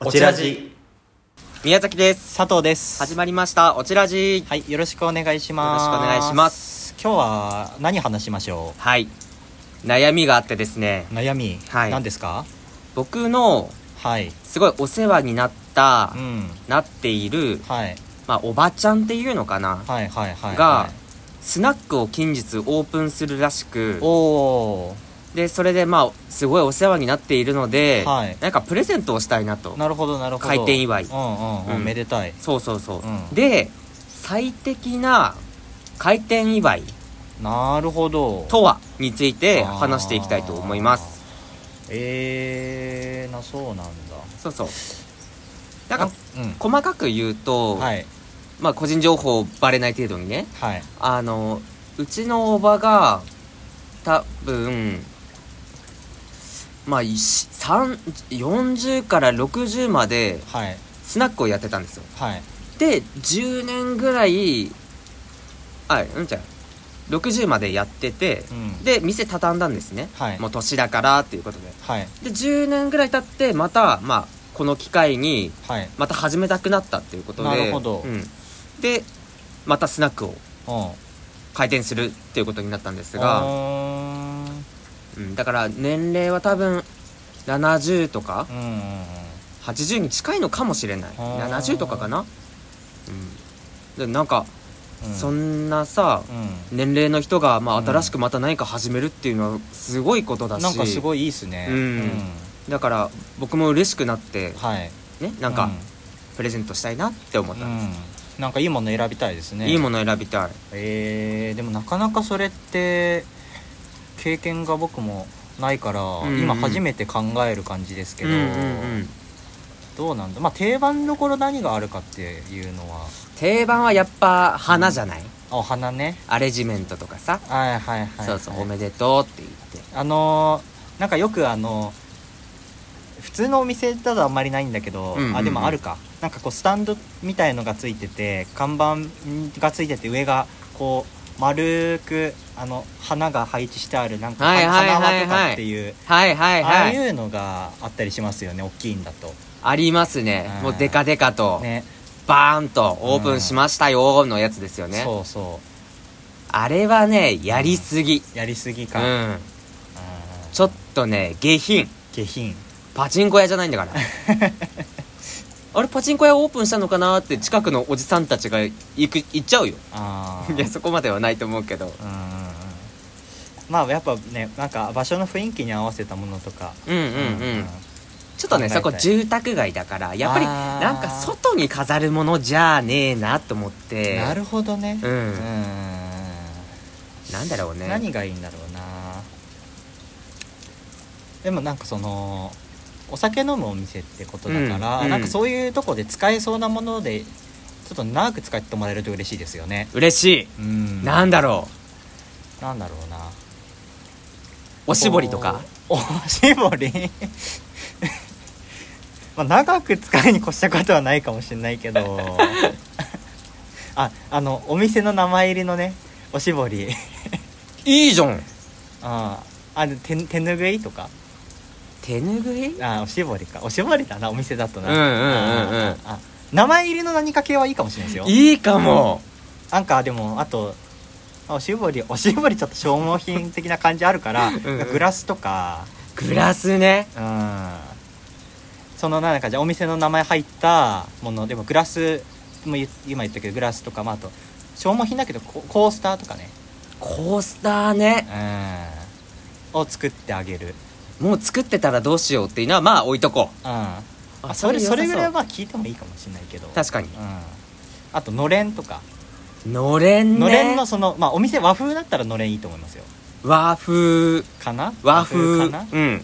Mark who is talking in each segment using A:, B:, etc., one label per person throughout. A: おちらじ
B: 宮崎です
A: 佐藤です
B: 始まりましたおちらじ
A: はいよろしくお願いします
B: よろしくお願いします
A: 今日は何話しましょ
B: はい悩みがあってですね
A: う悩み、
B: はい
A: 何ですか
B: 僕の
A: はい
B: すごいお世話になった、
A: うん
B: なっている、
A: はい
B: まあ、おばちゃんっていうのかな、
A: はいはいはいは
B: が
A: い
B: スナックを近日オープンするらしく
A: お
B: でそれでまあすごいお世話になっているので、
A: はい
B: なんかプレゼントをしたいなと
A: おなるほどなるほど
B: 開店祝い
A: うんうんうん、
B: うん
A: めでたい
B: そうそうそう、
A: うん
B: で最適な開店祝い
A: なるほど
B: とはについて話していきたいと思います
A: あーえー、なそうなんだ
B: そうそうなんか
A: うん
B: 細かく言うと、
A: はい
B: まあ個人情報バレない程度にね
A: はい
B: あのうちのおばが多分まあいし3 40から60まで
A: はい
B: スナックをやってたんですよ
A: はい
B: で10年ぐらいあうんじゃあ60までやってて、
A: うん
B: で店畳んだんですね、
A: はい
B: もう年だからっていうことで
A: はい
B: で10年ぐらい経ってまた、まあ、この機会に
A: はい
B: また始めたくなったっていうことで
A: なるほど
B: うん、でまたスナックを
A: うん
B: 開店するっていうことになったんです
A: う
B: が、
A: ーん
B: うん、だから年齢は多分70とか
A: うんうんうん
B: 80に近いのかもしれない
A: あー
B: 70とかかなうんでなんか、
A: うん
B: そんなさ
A: う
B: 年齢の人が、まあ、
A: うん
B: 新しくまた何か始めるっていうのはすごいことだ
A: ん、
B: し、
A: なんかすごいいいっすね、
B: うんだから僕も嬉しくなって
A: はい
B: ねなんか
A: う
B: プレゼントしたいなって思っ
A: う
B: たんです、
A: ん、なんかいいもの選びたいですね
B: いいもの選びたい
A: えー、でもなかなかそれって経験が僕もないから、
B: んうん
A: 今初めて考える感じですけど、
B: うんうんうん
A: どうなんだまあ定番どころ何があるかっていうのは
B: 定番はやっぱ花じゃない、
A: あお花ね
B: アレジメントとかさ、
A: はいはいはい、はい、
B: そうそう、おめでとうって言って
A: あのーなんかよくあの普通のお店だとあんまりないんだけど、
B: うんうんうん
A: あでもあるかなんかこうスタンドみたいのがついてて看板がついてて上がこう丸くあの花が配置してあるなんか、
B: はいはいはいはい
A: 花輪とかっていう、
B: はいはいはい
A: ああいうのがあったりしますよね大きいんだと
B: ありますね
A: うん
B: もうデカデカと、
A: ね
B: バーンとオープンしましたよのやつですよね、
A: そうそう
B: あれはねやりすぎ
A: やりすぎ
B: う
A: か、
B: ん、
A: うん
B: ちょっとね下品
A: 下品
B: パチンコ屋じゃない んだからあれパチンコ屋オープンしたのかなって近くのおじさんたちが行く行っちゃうよ
A: ああ
B: いやそこまではないと思うけど
A: うんうんうんまあやっぱねなんか場所の雰囲気に合わせたものとか
B: うんうんうん、ちょっとね
A: 考えた
B: そ
A: い
B: こ住宅街だからやっぱり
A: あー
B: なんか外に飾るものじゃねえなと思って
A: なるほどね
B: うん
A: うーん
B: なんだろうね
A: 何がいいんだろうなでもなんかそのお酒飲むお店ってことだから、
B: うんうん
A: なんかそういうとこで使えそうなものでちょっと長く使ってもらえると嬉しいですよね
B: 嬉し
A: うん
B: いなんだろ
A: なんだろうな
B: うおしぼりとか
A: おおしぼり まあ長く使いに越したことはないかもしれないけ どああのお店の名前入りのねおしぼり
B: いいじゃん
A: あああで手手ぬぐいとか
B: 手ぬぐい
A: あおしぼりかおしぼりだなお店だとな
B: うんうんうんうん
A: あああ名前入りの何か系はいいかもしれないですよ
B: いいかも
A: なんかでもあとあおしぼりおしぼりちょっと消耗品的な感じあるから
B: んうん
A: グラスとか
B: グラスね
A: うんそのなんかじゃあお店の名前入ったものでもグラスも言今言ったけどグラスとか、まあ、あと消耗品だけどココースターとかね
B: コースターね
A: うんを作ってあげる
B: もう作ってたらどうしようっていうのはまあ置いとこう
A: うんあ
B: あ
A: それそれ
B: 良
A: ぐ
B: さ
A: らいはまあ聞いてもいいかもしれないけど
B: 確かに
A: うん、あとのれんとか
B: のれんね
A: のれんのその、まあ、お店和風だったらのれんいいと思いますよ
B: 和風
A: かな
B: 和風
A: かな、うんうん
B: うん
A: う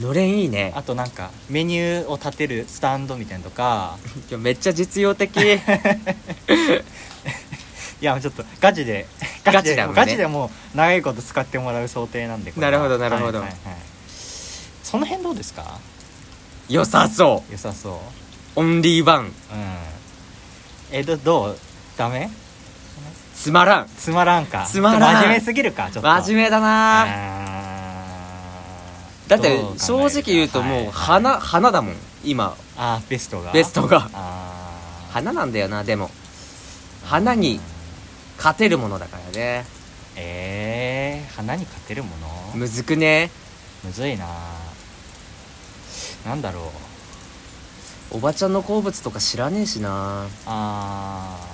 B: のれんいいね
A: ん、あとなんかメニューを立てるスタンドみたいなのとか
B: いやめっちゃ実用的
A: いやちょっとガチで
B: ガチだもんね
A: ガチでもう長いこと使ってもらう想定なんでこれは
B: なるほどなるほど
A: はいはいはいその辺どうですか
B: 良さそ
A: 良さそう
B: うオンリーワン
A: うんえどどうダメ
B: つまらん
A: つまらんか
B: つまらん
A: 真面目すぎるかちょっと
B: 真面目だな
A: あー
B: だって
A: どう考えるか
B: 正直言うとも
A: は
B: う
A: い
B: 花花だもん今
A: あーベストが
B: ベストが
A: あー
B: 花なんだよなでも花に勝てるものだからね
A: えー、花に勝てるものむ
B: むずくね
A: ずいななんだろう
B: おばちゃんの好物とか知らねえしな
A: あー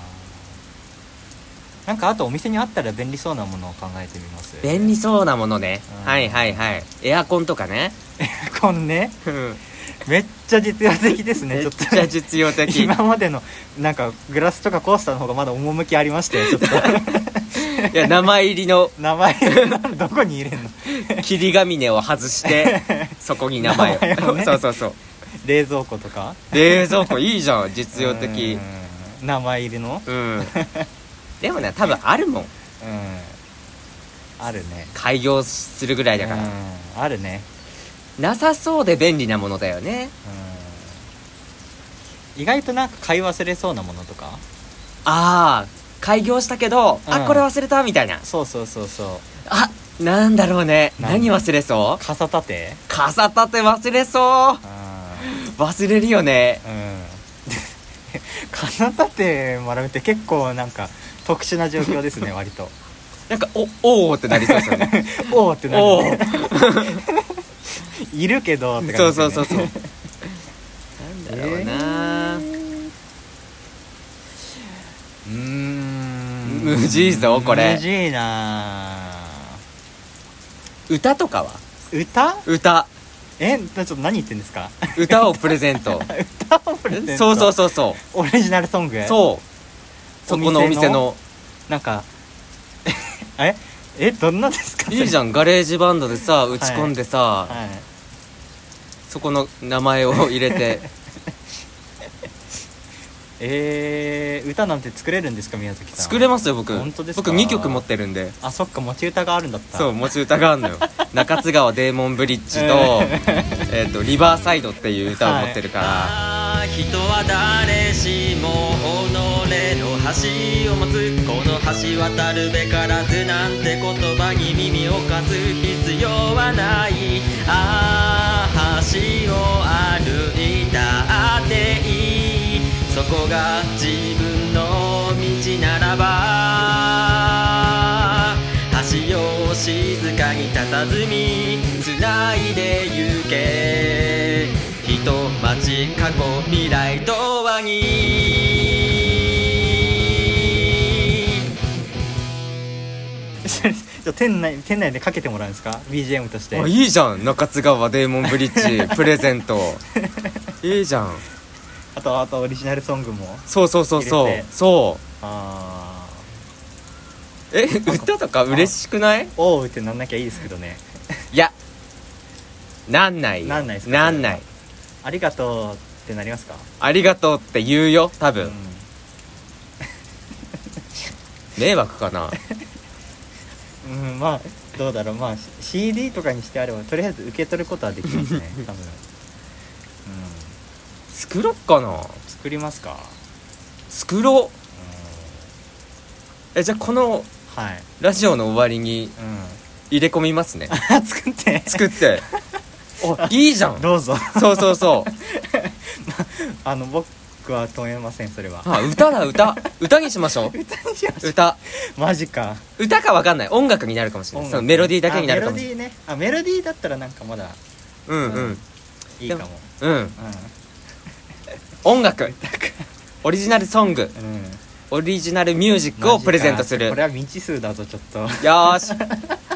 A: なんかあとお店にあったら便利そうなものを考えてみます
B: 便利そうなものね
A: うん
B: はいはいはいエアコンとかね
A: こん ねめっちゃ実用的ですね
B: め
A: ち
B: っ
A: ょっと
B: ちゃ実用的
A: 今までのなんかグラスとかコースターの方がまだ趣ありましたよちょっと
B: いや名前入りの
A: 名前どこに入れんの
B: 霧ヶ峰を外してそこに名前を
A: 名前をね
B: そうそうそう
A: 冷蔵庫とか
B: 冷蔵庫いいじゃん実用的
A: うん名前入りの
B: うん でもね多分あるもん
A: うんあるね
B: 開業するぐらいだから、
A: うんあるね
B: なさそうで便利なものだよね
A: うん意外となんか買い忘れそうなものとか
B: ああ開業したけど、
A: うん
B: あこれ忘れたみたいな
A: そうそうそうそう
B: あなんだろうね
A: なん
B: 何忘れそう
A: 傘立て
B: 傘立て忘れそう
A: う
B: 忘れるよね
A: んうん 傘立てもらうって結構なんか特殊な状況ですね 割と
B: なんかおおーってなりそうですよね
A: おお ってな
B: お
A: る
B: お
A: ねいるけどって感
B: そう
A: じですね
B: そうそうそうなんだろうな、
A: うーん
B: むじいぞこれ
A: むじいな
B: 歌とかは
A: 歌
B: 歌
A: えちょっと何言ってんです か
B: 歌をプレゼント
A: 歌を プレゼント
B: そうそうそうそう
A: オリジナルソング
B: そうそこのお店の
A: なんか え えどんなですか
B: いいじゃ
A: ん
B: んガレージバンドでさ打ち込んでさ、
A: はい
B: そこの名前を入 れて
A: えー、歌なんて作れるんですか宮崎さん
B: 作れますよ僕
A: 本当ですか
B: 僕2曲持ってるんで
A: あそっか持ち歌があるんだった
B: そう持ち歌が あるのよ中津川デーモンブリッジと「えっとリバーサイド」っていう歌を持ってるから、
C: ああ人は誰しも己の橋を持つこの橋渡るべからずなんて言葉に耳を貸す必要はないああ橋を歩いたっていいそこが自分の道ならば橋を静かに佇み繋いでゆけ人町過去未来とはに
A: じゃあ店内店内でかけてもらうんですか BGM として
B: あいいじゃん中津川デーモンブリ ッジプレゼントいいじゃん
A: あとあとオリジナルソングも
B: そうそうそうそ
A: 入れ
B: う
A: て
B: そう
A: ああ
B: え歌とか嬉しくない
A: おうってなんなきゃいいですけどね
B: いやなんないよ
A: なんないっすか
B: なんない
A: ありがとうってなりますか
B: ありがとうって言うよ多
A: う
B: 分、
A: ん
B: 迷惑かな
A: うん、まあどうだろうまあ C- CD とかにしてあればとりあえず受け取ることはできます ね多分う
B: 作ろっかなん
A: 作りますか
B: 作ろ
A: う
B: うえじゃあこの
A: んはい
B: ラジオの終わりに
A: う
B: 入れ込みますね
A: ん 作って
B: 作っておいいじゃん
A: どうぞ
B: そうそ うそう
A: あの僕は止めませんそ れは
B: あ歌だ歌歌にしましょ
A: 歌にしまし
B: う歌
A: ょうマジか
B: 歌かわかんない音楽になるかもしれないそのメロディーだけになるかもし
A: あメ
B: れ
A: ロディーねあメロディーだったらなんかまだ
B: ない
A: ー
B: うんうん
A: いいかも
B: うん
A: う
B: 音楽オリジナルソング
A: ん、うん、
B: オリジナルミュージック
A: マ
B: を
A: ジか
B: プレゼントする
A: こ
B: よ
A: れは未知数だぞちょっと
B: ーし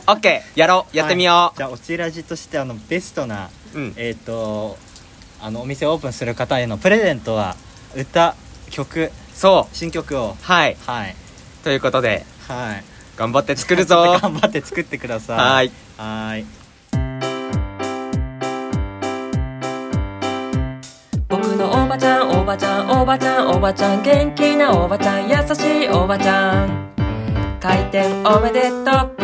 B: オッケーやろうやってみよ
A: はいじゃあオチラジとしてあのベストな
B: う、うん
A: えっ、とあのお店をオープンする方へのプレゼントは歌曲
B: そう
A: 新曲を
B: はい
A: はい
B: ということで
A: はい
B: 頑張って作るぞ
A: 頑張って作ってください
B: はい
A: はーい
D: 僕のおばちゃんおばちゃんおばちゃんおばちゃん元気なおばちゃん優しいおばちゃん開店おめでとう